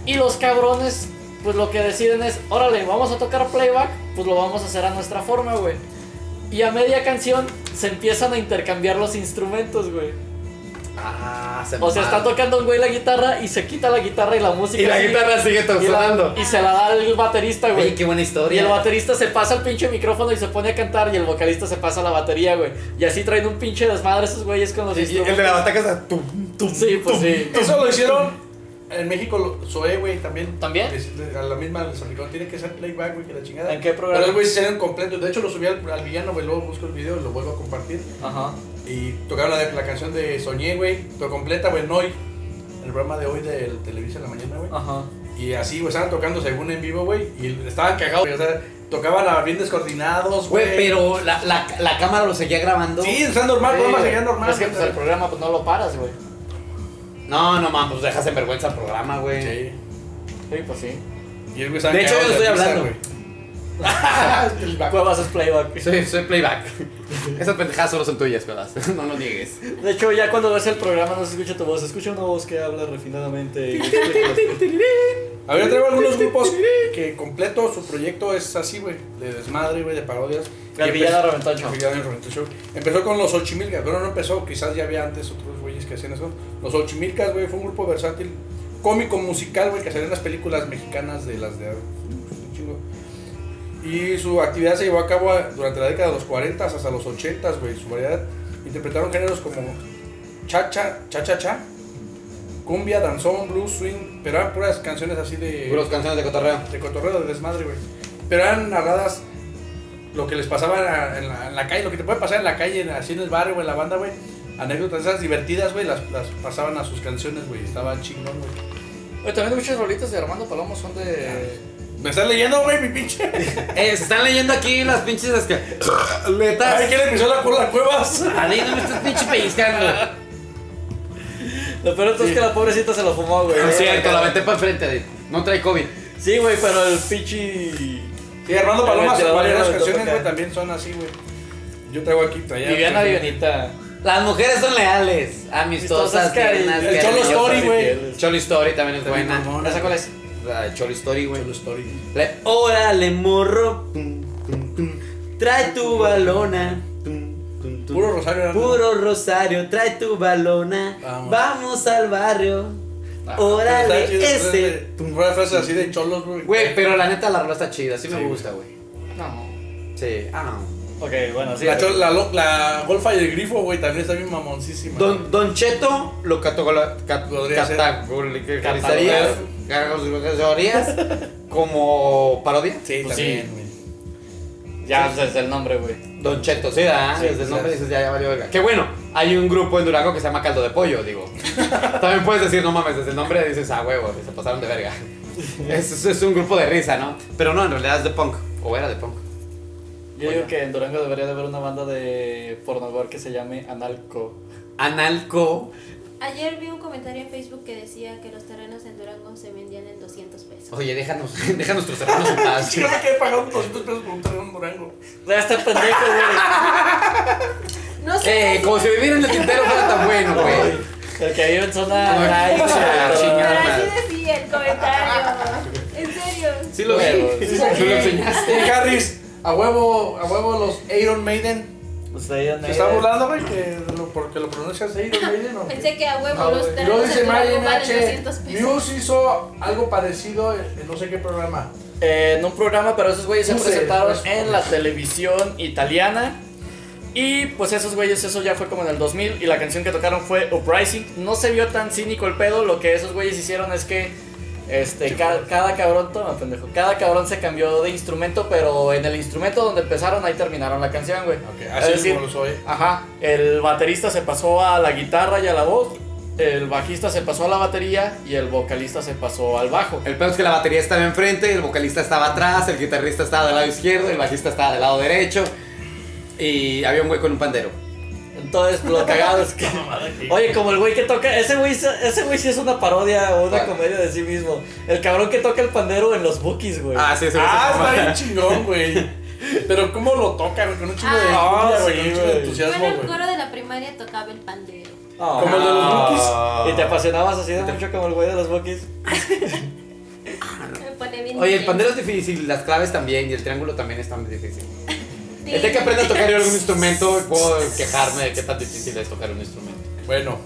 Y los cabrones, pues lo que deciden es, órale, vamos a tocar playback, pues lo vamos a hacer a nuestra forma, güey. Y a media canción se empiezan a intercambiar los instrumentos, güey.
Ah, se
O sea, está
mamaron.
tocando un güey la guitarra y se quita la guitarra y la música.
Y la
sigue.
guitarra sigue
Y la-
sonando.
Y se la da el baterista, güey.
Oye, qué buena
Y
historia.
el baterista se pasa al pinche micrófono y se pone a cantar y el vocalista se pasa a la batería, güey. Y así traen un pinche desmadre esos güeyes con los
Y- y el de la bataca está tum, tum,
Sí, pues
tum.
sí.
Eso lo
(laughs)
hicieron en México, lo- Zoé, güey, también.
¿También?
Les- les- A la misma les aplicó, tiene que ser playback, güey, que la chingada.
¿En qué programa?
Pero el güey se hicieron completo. De hecho, lo subí al, al villano, güey, luego busco el video, lo vuelvo a compartir.
Ajá.
Y tocaron la, de- la canción de Soñé, güey, to- completa, güey, en hoy. En el programa de hoy del Televisa en la mañana, güey.
Ajá.
Y así, güey, estaban tocando según en vivo, güey. Y estaban cagados, güey, o sea, tocaban a- bien descoordinados, güey.
Güey, pero la, la, la cámara lo seguía grabando.
Sí, está normal,
Sí,
todo más
güey.
allá normal.
Es que
güey,
pues, el programa pues no lo paras, güey.
No, no mames, pues dejas en vergüenza el programa, güey.
Sí.
Sí, pues sí.
Y el güey estaba
De hecho, yo
cagado
estoy
risa,
hablando.
güey.
Cuevas es playback.
Soy, soy playback. Esas pendejadas solo son tuyas, cosas. No lo niegues.
De hecho, ya cuando ves el programa no se escucha tu voz, se escucha una voz que habla refinadamente. y- este
A ver, yo traigo algunos grupos que completo su proyecto es así, güey, de desmadre, güey, de parodias.
El
Y
Villano
empezó-
Reventó el Show.
El Villano Reventó el Show. Empezó con los Ochimilcas, pero no empezó, quizás ya había antes otros güeyes que hacían eso. Los Ochimilcas, güey, fue un grupo versátil, cómico, musical, güey, que salían las películas mexicanas de las de... un chingo. Y su actividad se llevó a cabo durante la década de los 40 hasta los 80, güey, su variedad. Interpretaron géneros como cha-cha, cha-cha-cha, cumbia, danzón, blues, swing, pero eran puras canciones así de
Puros canciones de cotorreo.
de cotorreo, de desmadre, güey. Pero eran narradas lo que les pasaba en la, en la- en la calle, lo que te puede pasar en la calle, en- así en el barrio, güey, en la banda, güey. Anécdotas esas divertidas, güey, las, las pasaban a sus canciones, güey. Estaban chingón, güey.
Oye, también muchas rolitas de Armando Palomo son de.
¿Me estás leyendo, güey, mi pinche?
Eh, se están leyendo aquí las pinches las que. Letas.
Ay, ¿quién le pisó la cola a Cuevas?
Adi, no me estás pinche pellizcando.
Lo peor de todo es que la pobrecita se lo fumó, güey.
No es cierto, la aventé para enfrente, Adi. No trae COVID.
Sí, güey, pero el pinche.
Sí, Armando
El
Paloma,
ventilador
varias
lo aventó
canciones,
acá.
güey, también son así, güey. Yo traigo aquí, traía.
Viviana Vivianita.
Las mujeres son leales, amistosas,
Amistosas, cari-
tiernas,
el Cholo
cariñosas.
Story, güey.
fieles.
Cholo Story también es
También
buena.
mamona.
¿Esa cuál es?
La de Cholo Story, güey.
Cholo Story.
Le- Órale, morro. Tum, tum, tum. Trae tu balona. Tum, tum, tum.
Puro Rosario Aranda.
Puro Rosario, trae tu balona.
Vamos.
Vamos, al barrio.
Ah,
Órale, ese.
Ese. Una frase así de cholos, güey.
Güey, pero la neta la rola está chida, sí,
Sí,
me gusta, güey.
No.
Sí, ah.
Ok, bueno, sí.
La, chol- la, lo- la golfa y el grifo, güey, también está bien mamoncísima.
Don, Don Cheto lo cataloga- cat-
Podría ser.
categorizaría categorizarías como parodia.
Sí,
Pues
también,
sí.
güey.
Ya, pues, desde el nombre, güey.
Don Cheto, sí, ¿verdad?
Sí,
Desde el nombre
sí.
dices, ya, ya valió verga. Que bueno, hay un grupo en Durango que se llama Caldo de Pollo, digo. También puedes decir, no mames, desde el nombre dices, ah, huevo, se pasaron de verga. Es, es- es un grupo de risa, ¿no? Pero no, en realidad es de punk, o era de punk.
Yo digo que en Durango debería de haber una banda de pornogor que se llame Analco.
Analco.
Ayer vi un comentario en Facebook que decía que los terrenos en Durango se vendían en 200 pesos.
Oye, déjanos, (laughs) deja a nuestros hermanos en paz.
Sí, yo me quedé pagando 200 pesos por un terreno en Durango.
Ya está pendejo, güey.
No sé.
Eh, como si vivir en el tintero fuera tan bueno, güey.
(laughs) El que vive en zona.
No,
light,
¿cómo se llama?
güey,
pero
Ah, chingada
así
madre.
decía el comentario. En serio.
Sí lo vi.
Huevos.
Sí, lo enseñaste.
Y Harris, a huevo, a huevo los Iron Maiden. Eh,
Usted ya no
¿Se está
es.
burlando, güey? Que lo- porque lo pronuncias Iron Maiden o qué?
Pensé que a huevo
No,
Ah,
los
Ah, güey. Y
terrenos
luego dice
en Durango
Maiden
valen
H.
200 pesos.
Muse hizo algo parecido en en no sé qué programa.
eh, en un programa, pero esos güeyes se
Puse,
presentaron
pues.
en la televisión italiana. Y pues esos güeyes, eso ya fue como en el 2000 y la canción que tocaron fue Uprising. No se vio tan cínico el pedo, lo que esos güeyes hicieron es que este, ca- cada cabrón, toma pendejo, cada cabrón se cambió de instrumento, pero en el instrumento donde empezaron ahí terminaron la canción, güey.
así
Es decir,
como lo soy.
Ajá, el baterista se pasó a la guitarra y a la voz, el bajista se pasó a la batería y el vocalista se pasó al bajo.
El peor es que la batería estaba enfrente, el vocalista estaba atrás, el guitarrista estaba del lado izquierdo, el bajista estaba del lado derecho. Y había un güey con un pandero.
Entonces, lo cagado es que. Oye, como el güey que toca. Ese güey, ese güey sí es una parodia o una
¿Cuál?
comedia de sí mismo. El cabrón que toca el pandero en los bookies, güey.
Ah, sí, sí.
Ah, está bien
sí.
chingón, güey. Pero cómo lo toca, güey, con un chingo de
Ah,
envidia, güey,
sí,
con un chingo de
güey.
Yo
entusiasmo,
en el
güey.
coro de la primaria tocaba el pandero.
Ah.
como el de los
Ah.
Y te apasionabas así de mucho como el güey de los bookies.
Me pone bien.
Oye, el
bien.
pandero es difícil, las claves también y el triángulo también es tan difícil.
Sí.
El día Este que aprenda a tocar yo algún instrumento, puedo quejarme de qué tan difícil es tocar un instrumento.
Bueno,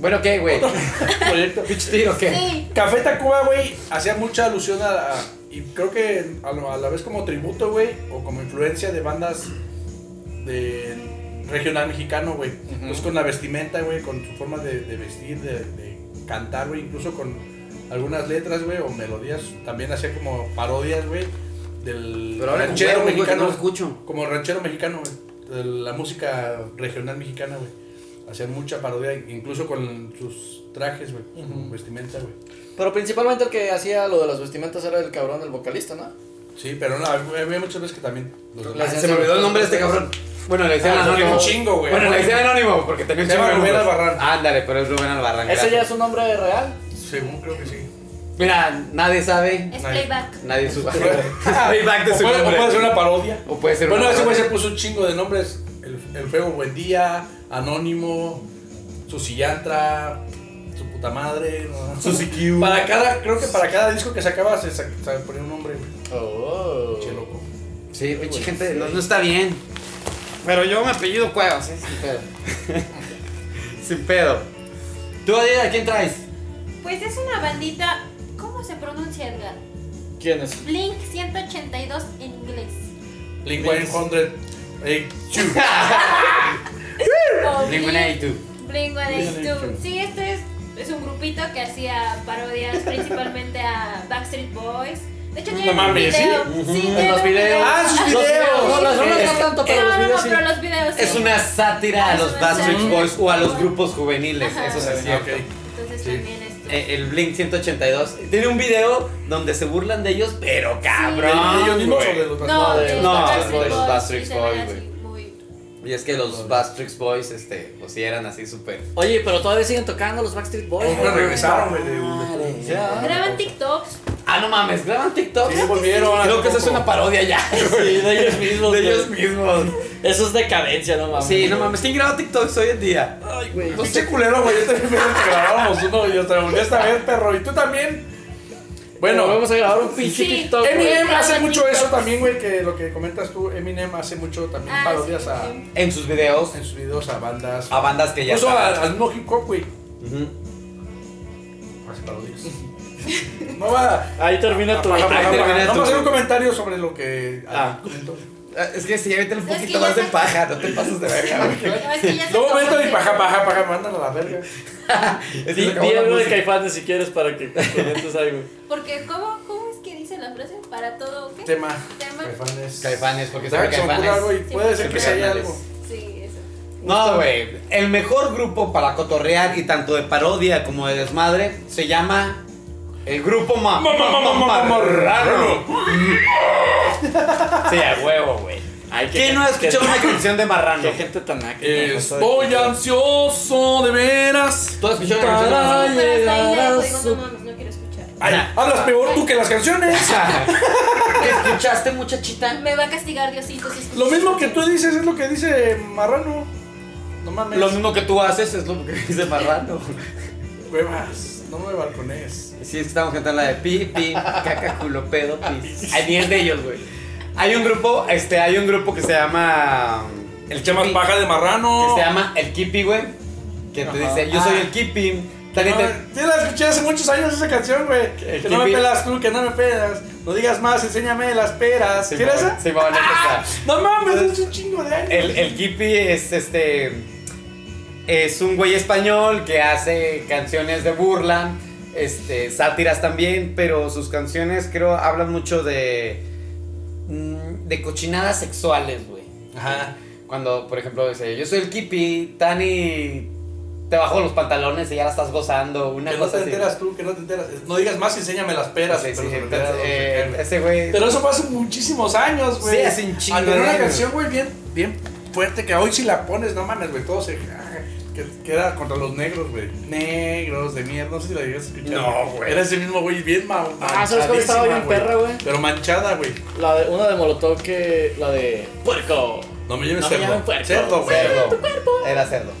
Bueno, ¿qué, güey?
Proyecto.
¿Pitch tiro qué?
Sí.
Café Tacuba, güey, hacía mucha alusión a, a- Y creo que a, lo- a la vez como tributo, güey, o como influencia de bandas del regional mexicano, güey. Pues con la vestimenta, güey, con su forma de, de vestir, de, de cantar, güey, incluso con algunas letras, güey, o melodías. También hacía como parodias, güey, del
Pero ahora
ranchero
mexicano.
mexicano.
no escucho.
como el ranchero mexicano, güey. De la música regional mexicana, güey. Hacían mucha parodia, incluso con sus trajes, güey. Su vestimenta, güey.
Pero principalmente el que hacía lo de las vestimentas era el cabrón, el vocalista, ¿no?
Sí, pero no, había muchas veces que también. Los
Las-
demás.
Se me olvidó el nombre de este cabrón. Bueno, le decían
Ah, porque
anónimo.
un chingo, güey.
Bueno, le decían anónimo porque tenía un
Se
chingo.
llama
de
Rubén
números.
Albarrán.
Ándale, pero es Rubén Albarrán.
¿Ese ya
gracias.
es un nombre real?
Según creo que sí.
Mira, nadie sabe.
Es
Nice.
playback.
Nadie
(laughs)
supo.
Playback
de su
puede,
nombre.
o puede ser una parodia.
O puede ser
Bueno,
una
ese güey se
parodia.
puso un chingo de nombres: El, el Feo Buen Día, Anónimo, su Susillantra, su puta madre. (laughs) ¿no?
Susikiu.
Para cada, creo que para cada disco que sacaba se, sa- se ponía un nombre, güey.
Oh.
Che loco.
Sí, pinche gente.
No, no está bien.
Pero yo me apellido Cuevas, ¿eh? Sin pedo.
(laughs)
Sin pedo.
¿Tú, Adida, quién traes?
Pues es una bandita. ¿Cómo se pronuncia, Edgar?
¿Quién es?
Blink 182 en inglés.
Blink 100. Ey, (laughs) chu.
O
Blink
Blink-
182.
Blink 182. Sí, este es, es un grupito que hacía parodias principalmente a Backstreet Boys. De hecho, tiene un
mames,
video. Sí, tiene
los
un video.
videos.
¡Ah, sus videos!
No, las rolas no tanto, pero
No,
los
no,
videos
no,
sí.
pero los videos sí.
Es una sátira a
Es
los
una
Backstreet
sátira.
Boys o a los grupos juveniles,
Ajá.
eso
Ah,
es cierto.
ok.
Entonces
Sí.
también este, esto.
Eh, El Blink 182 tiene un video donde se burlan de ellos, pero cabrón.
¿De ellos mismos
güey.
o de los
no,
no,
de,
de-
los
no,
Backstreet
de los
Boys,
Backstreet
sí se ven
Boys,
así, muy-
Y es que los Backstreet Boys, este, pues sí eran así súper.
Oye, pero todavía siguen tocando los Backstreet
Oh,
Boys.
Ahora regresaron, güey. de- de- Ah,
Graban TikToks.
Ah, no mames, graban TikTok.
Sí, volvieron.
Creo que eso es una parodia ya.
Sí, de
(laughs)
ellos mismos.
De
güey.
ellos mismos.
Eso es decadencia, no mames.
Sí, no mames, ¿quién graba TikToks hoy en día?
Ay, güey.
No sé, culero, güey. Yo también pensé que grabábamos uno y otra volví esta vez, perro. Y tú también.
Bueno,
Bueno,
vamos a grabar un pinche
Sí.
TikTok. güey.
Eminem hace
Cada
mucho
TikTok.
eso también, güey. Que lo que comentas tú, Eminem hace mucho también
Ah,
parodias
sí,
a,
sí.
En sus videos,
en sus videos a bandas.
a bandas que ya.
Incluso
estaban.
a- al mismo hip hop, güey.
Ujú.
Hace parodias. (laughs) No va. Ah,
Ahí termina tu.
Ajá, ajá,
ahí termina
ajá.
tu-
Vamos a hacer un comentario sobre lo que.
Ah.
comentó.
Ah, Es que sí, métele un
Es que
poquito
ya
más de
se-
paja, no te pasas de verga, güey.
No, es que ya se
No
acabó
momento ni
el-
paja, paja, paja. Mándalo a la verga.
Es que
Di,
se acabó
di
la
algo de
música.
Caifanes si quieres para que comentes algo.
Porque, ¿cómo, ¿cómo es que dice la frase? Para todo, ¿qué?
Tema.
Tema.
Caifanes.
Caifanes, porque
¿Sabes
sabe
que se me ocurre algo y
Caifanes.
puede ser
Sí,
que se haya
Caifanes.
algo?
Sí, eso.
No, güey. El mejor grupo para cotorrear y tanto de parodia como de desmadre se llama el grupo Ma- Mamarrano. Sí, a huevo, güey.
Ay,
¿Quién no ha escuchado una canción de Marrano?
Qué gente tan naca.
Estoy ansioso de veras.
¿Tú has escuchado una canción de
Para
No, pero
Marrano?
hasta ahí ya pues,
llegarás
digo, no mames, no quiero escuchar.
Ay, hablas peor tú que las canciones.
(laughs) ¿Te escuchaste, muchachita?
Me va a castigar Diosito si escucho.
Lo mismo que tú dices es lo que dice Marrano. No mames.
Lo mismo que tú haces es lo que dice Marrano.
Huevas, no me balcones.
Sí, es que estamos cantando la de pi, pi, caca, culo, pedo, pis. Hay 10 de ellos, güey. Hay un grupo, este, hay un grupo que se llama... mm, El
Llamas
Kipi,
paja de
Que
Marrano.
se llama El Kipi, güey. Que
Oh.
te
Ajá.
dice, yo soy
Ah.
el Kipi.
Ay,
También te-
Ya la escuché hace muchos años esa canción, güey. Que
que
no me
vi-
pelas tú, que no me pedas. No digas más, enséñame las peras.
Sí,
¿Quieres esa?
mamá,
Ah.
sí, mamá, neta, está.
No mames, es un chingo de años.
El, el Kipi es este. Es un güey español que hace canciones de burla, este, sátiras también, pero sus canciones creo hablan mucho de. mm, de cochinadas sexuales, güey.
Ajá.
Cuando, por ejemplo, dice, yo soy el Kipi, Tani. Te bajo los pantalones y ya la estás gozando, una
Que no
cosa
te
así.
enteras tú, que no te enteras. No digas más, enséñame las peras.
Sí, sí,
pero se me
entonces,
quedaron,
eh,
se me
ese güey.
Pero eso fue hace muchísimos años, güey.
Sí, hace un chingo
Había
de
una
años.
canción, güey, bien, bien fuerte que hoy si la pones, no mames, güey, todo se... ah, Que, que era contra los negros, güey. Negros de mierda, no sé si la llegas a escuchar.
No, güey.
Era ese mismo güey, bien ma
Ah, ¿sabes cuál estaba bien
manchadísima,
perra, güey?
Pero manchada, güey.
La de, una de Molotov que. La de. ¡Puerco!
No me llames
No me
cerdo.
llamen puerco.
cerdo, güey.
Cerdo. Era cerdo.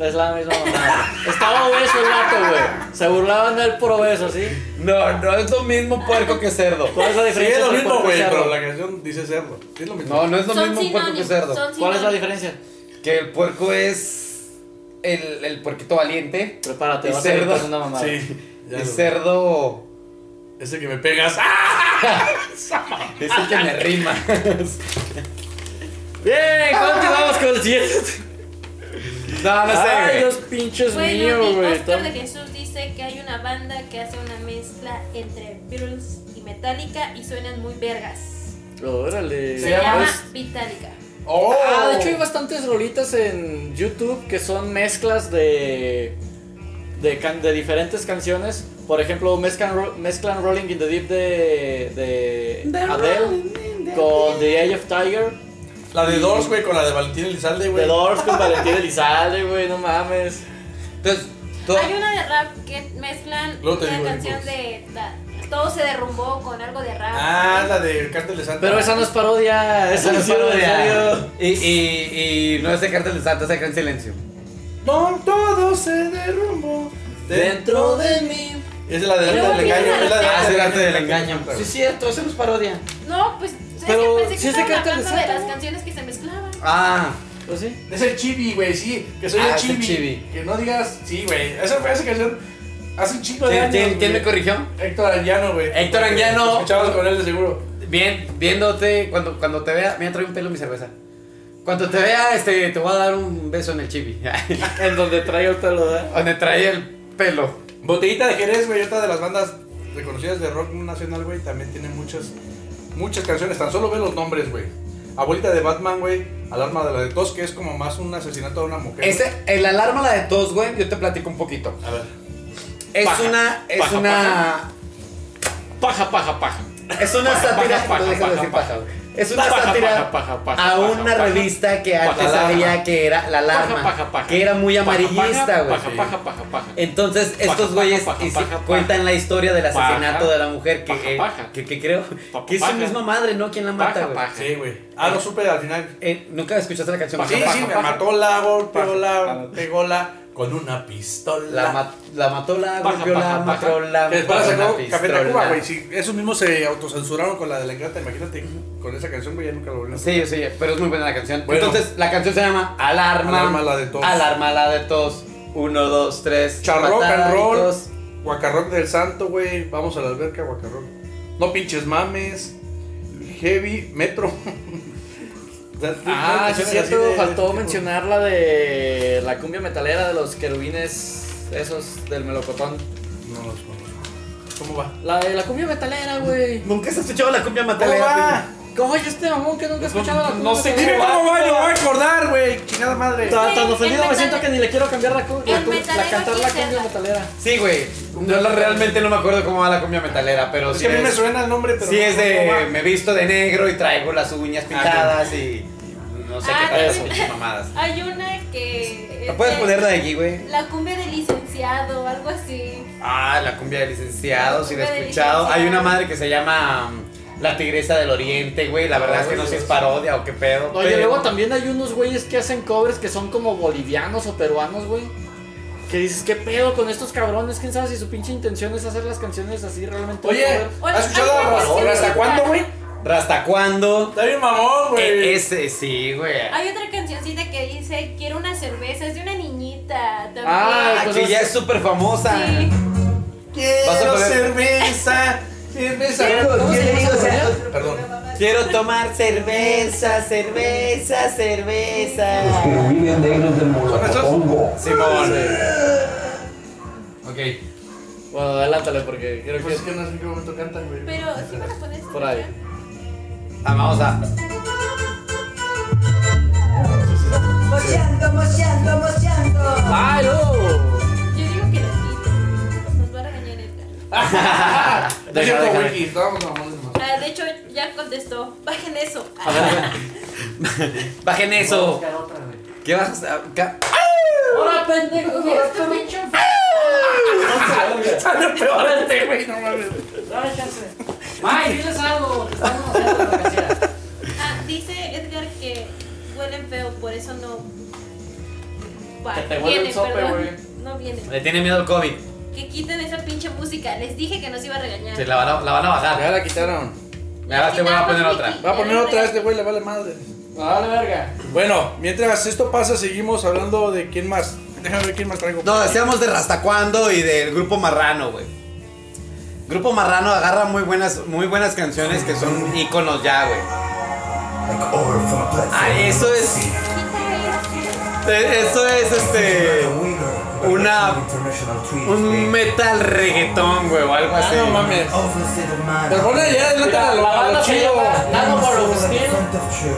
Es la misma mamada. Estaba obeso el gato, güey. Se burlaban de él por obeso, ¿sí?
No, no es lo mismo puerco que cerdo.
¿Cuál es la
Sí, es
diferencia?
lo
entre puerco
mismo,
y
güey,
cerdo?
pero la canción dice cerdo. Sí, es lo mismo.
No, no es lo
Son
mismo puerco que
sinónimos,
cerdo.
son
¿Cuál es la
sinónimos.
diferencia?
Que el puerco es. el, el puerquito valiente.
Prepárate,
Y
vas a gritar
cerdo.
una mamada.
Sí. ya
el
lo-
cerdo
Ese que me pegas. ¡Ah!
es el que me rima.
Bien, continuamos con el siguiente.
no, no sé.
Ay,
güey.
Dios pinches
Bueno,
mío,
y
güey.
Oscar de Jesús dice que hay una banda que hace una mezcla entre Beatles y Metallica y suenan muy vergas.
Órale.
Se llama
Es-
Vitalica.
Oh.
Ah, de hecho hay bastantes rolitas en YouTube que son mezclas de de, can- de diferentes canciones. Por ejemplo, mezclan, ro- mezclan Rolling in the Deep de, de Adele con The Eye of Tiger,
La de Doors, güey, con la de Valentín Elizalde,
The
güey.
Doors con Valentín Elizalde, güey, no mames.
Entonces, to-
Hay una de rap que mezclan
Luego te
una
digo de
canción
cosas.
de la- todo se derrumbó con algo de rap.
Ah, la de Cártel de Santa.
Pero esa no es parodia, esa no es parodia.
Y, y, y no es de cartel de Santa, se en silencio.
No, todo se derrumbó.
Dentro de mí.
Es la de
Pero
Antes del
volviendo
Engaño.
a
Es la
los
de Antes del
temas.
Engaño.
Antes del Engaño, pues. pero-
Sí,
sí,
sí.
cierto, eso no es parodia.
No, pues
Pero
es que pensé
sí
que
es de
estaban
Cartel de
hablando de
Santa,
las
¿no?
canciones que se mezclaban.
Ah,
Pues sí.
Es el chibi, güey, sí. Que soy
Ah,
el
es el
chibi.
chibi.
Que no digas, sí, güey. Esa fue esa canción hace un chingo de
¿quién,
años.
quién- quién me
güey.
corrigió?
Héctor Anguiano, güey.
Héctor Anguiano.
Escuchabas con él de seguro.
Bien, viéndote, cuando, cuando te vea, mira, trae un pelo en mi cerveza. Cuando te vea, este, te voy a dar un beso en el chibi. (laughs)
En donde traigo el pelo, ¿eh?
Donde trae el pelo.
Botellita de Jerez, güey, otra de las bandas reconocidas de rock nacional, güey, también tiene muchas, muchas canciones. Tan solo ve los nombres, güey. Abuelita de Batman, güey. Alarma de la de Tos, que es como más un asesinato a una mujer.
Ese, el alarma la de tos, güey, yo te platico un poquito.
A ver.
Es
Paja,
una, es
paja,
una,
Paja, paja, paja.
es una sátira.
paja,
no, déjalo
paja,
decir
paja.
paja, güey. Es una
Paja, paja,
sátira
paja, paja,
a
paja,
una
paja.
revista que antes
Paja,
había que era la alarma,
Paja, paja, paja.
que era muy
Paja,
amarillista,
paja,
güey.
Paja, paja, paja, paja.
Entonces
Paja,
estos
paja,
güeyes
paja,
hici-
paja,
cuentan la historia del
Paja,
asesinato de la mujer que,
paja,
eh,
paja.
que, que creo
Paja,
que es su
paja.
misma madre, ¿no? ¿Quién la mata,
Paja,
güey?
paja.
Sí, güey. Ah, lo supe al final.
Eh, Nunca escuchaste la canción.
Paja,
Sí,
paja,
sí, me
paja.
mató la, golpeó la,
Paja.
pegó la con una pistola.
La, ma- la mató la
Paja,
golpeó
paja, paja.
la mató la
Que después la
mató
sacó
una
Café Tacuba,
pistola.
güey. Si esos mismos se autocensuraron con la de la ingrata, imagínate. Con esa canción, güey, ya nunca lo volvieron a hacer.
Sí, yo sé, pero es muy buena la canción.
Bueno.
Entonces, la canción se llama Alarma.
Alarma, la de tos.
Alarma la de tos. Uno, dos, tres.
Charrock
Patada
and
y
roll.
tos.
Guacarrock del Santo, güey. Vamos a la alberca, Guacarrock. No pinches mames. Heavy, Metro.
Ah, sí, es
Canciones así
cierto,
de-
faltó
de-
mencionar la de la cumbia metalera de los querubines, esos del melocotón.
No los conozco. ¿Cómo va?
La de la cumbia metalera, güey.
Nunca se escuchado la cumbia
¿Cómo va?
¿Cómo es este mamón que nunca he escuchado la cumbia
No sé
metalera?
dime cómo va, yo voy a acordar, güey. Chingada madre.
Tan, tan
El
ofendido me
metalero-
siento que ni le quiero cambiar la, cu- la,
el
cu- la
metalero
cantar la
quiere
cumbia
ser-
metalera.
Sí, güey. Yo la- realmente no me acuerdo cómo va la cumbia metalera, pero
Es
sí
que a mí me
es,
suena el nombre, pero.
sí
no
es
sé cómo
de
va. Ah,
me visto de negro y traigo las uñas pintadas y no sé
Ah,
qué tal
sí.
(laughs)
pinches mamadas.
Hay una que.
¿La puedes
este,
poner la de aquí, güey?
La cumbia del licenciado, algo así.
Ah, la cumbia de licenciados y de
Cumbia de
escuchado. Hay una
licenciados.
madre que se llama mm, La Tigresa del Oriente, güey. La verdad es que no sé si es parodia o qué pedo.
Oye,
pero-
luego también hay unos güeyes que hacen covers que son como bolivianos o peruanos, güey. Que dices, ¿qué pedo con estos cabrones? ¿Quién sabe si su pinche intención es hacer las canciones así realmente? un
Oye,
cover?
Oye,
¿has escuchado
hay una
a
canción
Raúl? ¿Hasta
que-
cuándo, güey?
¿Hasta cuándo?
Está bien mamón,
E-
güey. Ah,
Ese sí, güey.
Hay otra cancioncita que dice: Quiero una cerveza, es de una niñita. También.
Ah,
Ah,
pues
que ya es súper famosa.
sí.
Vas a
Quiero
poner-
cerveza. Cerveza.
¿Cómo se llama esa canción?
Perdón.
(laughs) Quiero tomar cerveza, cerveza, cerveza.
Querubines negros del Molocotongo.
Simón. Ok.
Bueno, adelántale porque creo que
Pues es que no sé en qué momento cantan, güey.
Pero sí van a poner esa
Por ahí.
canción?
Ah, Vamos a.
Mocheando, mocheando, mocheando.
¡Ay, no!
Yo digo que la quiten. Nos va a regañar Edgar.
Es
Deja,
cierto,
deja.
güey, que estábamos mamones más.
Ah, de hecho, ya contestó. Bajen eso.
(laughs) Bajen eso. ¿Qué vas a ca-
¡Hola, pendejo!
Sale peor este, güey, no mames.
¡Ay, diles algo! que estamos haciendo la canción.
Ah, dice Edgar que huelen feo, por eso no. Va,
Que te huele el sope,
perdón.
güey.
No viene.
Le tiene miedo al COVID.
Que quiten esa pinche música. Les dije que nos iba a regañar.
Se la van a, la van a bajar.
Ya la quitaron.
Me ahora Ah, te voy a poner otra.
Va a poner otra, este güey le vale madre.
¡Dale, verga!
Bueno, mientras esto pasa, seguimos hablando de quién más. Déjame ver quién más traigo.
No, decíamos de Rastacuando y del grupo Marrano, güey. Grupo Marrano agarra muy buenas, muy buenas canciones que son íconos ya, güey. Ah, eso es. eh, Eso es este. Una. Un metal reggaetón, güey, o algo así.
No mames.
Pues
Pero ponle allá adelante
Mira,
a
la
lo, a
banda
lo
se
chido.
llama Nano for of Steel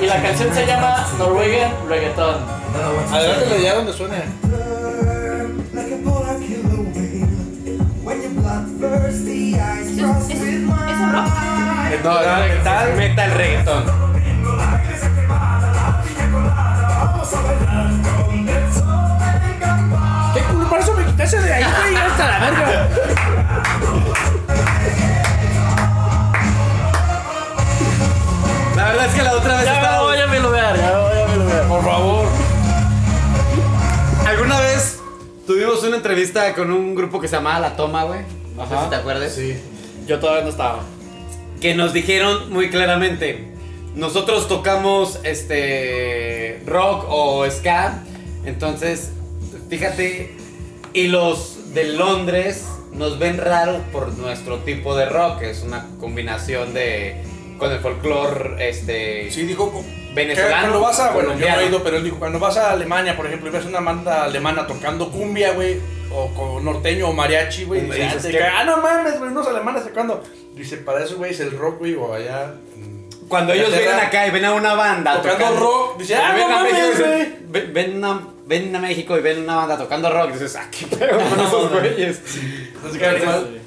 y la canción se llama Norwegian Reggaeton.
Adelántale allá donde suena.
Eh, No, no, metal, metal reggaetón.
¿Qué culpa eso me quitaste de ahí, güey? Hasta la verga.
La verdad es que la otra vez
Ya
estaba.
voy a mi lugar, ya voy a mi lugar.
Por favor.
Alguna vez tuvimos una entrevista con un grupo que se llamaba La Toma, güey. No sé si te acuerdas.
Yo todavía no estaba.
Que nos dijeron muy claramente. Nosotros tocamos este rock o ska. Entonces, fíjate. Y los de Londres nos ven raros por nuestro tipo de rock. que Es una combinación de. con el folclore este.
Sí, dijo. co- que
venezolano.
Cuando vas a, bueno, yo no
colombiano.
he ido, pero él dijo, cuando vas a Alemania, por ejemplo, y ves una banda alemana tocando cumbia, güey, o con norteño o mariachi, güey,
Dices,
dices,
¿qué?
ah, no mames, güey, unos alemanes tocando. Dice, para eso, güey, es el rock, güey, o allá. mm,
Cuando ellos
Inglaterra,
vienen acá y ven a una banda
Tocando rock, dice, "Ah, no
ven a
mames,
México y dicen,
güey".
"Ven- ven a, ven a México y ven una banda tocando rock, y dices, ah, qué pedo
(laughs)
con esos güeyes.
no sé qué animal.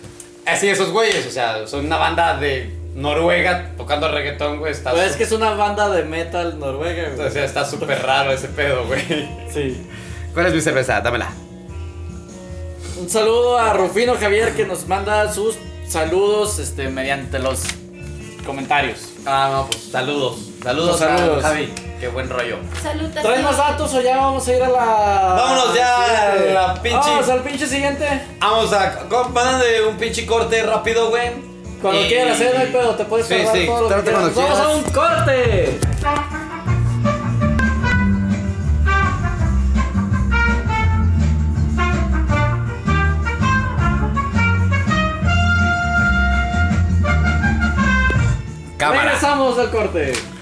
Así esos güeyes, o sea, son una banda de Noruega tocando reggaetón, güey, está
Pero es
su-
que es una banda de metal noruega,
o
güey.
sea, está súper raro ese pedo, güey.
Sí.
¿Cuál es mi cerveza? Dámela.
Un saludo a Rufino Javier que nos manda sus saludos este, mediante los comentarios.
Ah, no, pues saludos. Saludos,
Pues, saludos.
a Javi. Qué buen rollo.
Salud,
¿Traes más datos o ya vamos a ir a la.
Vámonos ya a la pinche-
Vamos al pinche siguiente.
Vamos a de un pinche corte rápido, güey.
Cuando
Y-
quieras, eh, no hay pedo, te puedes
Sí,
tardar
sí,
todo lo que
trate
quieras.
cuando
¡Vamos a un corte!
Cámara.
Regresamos del corte.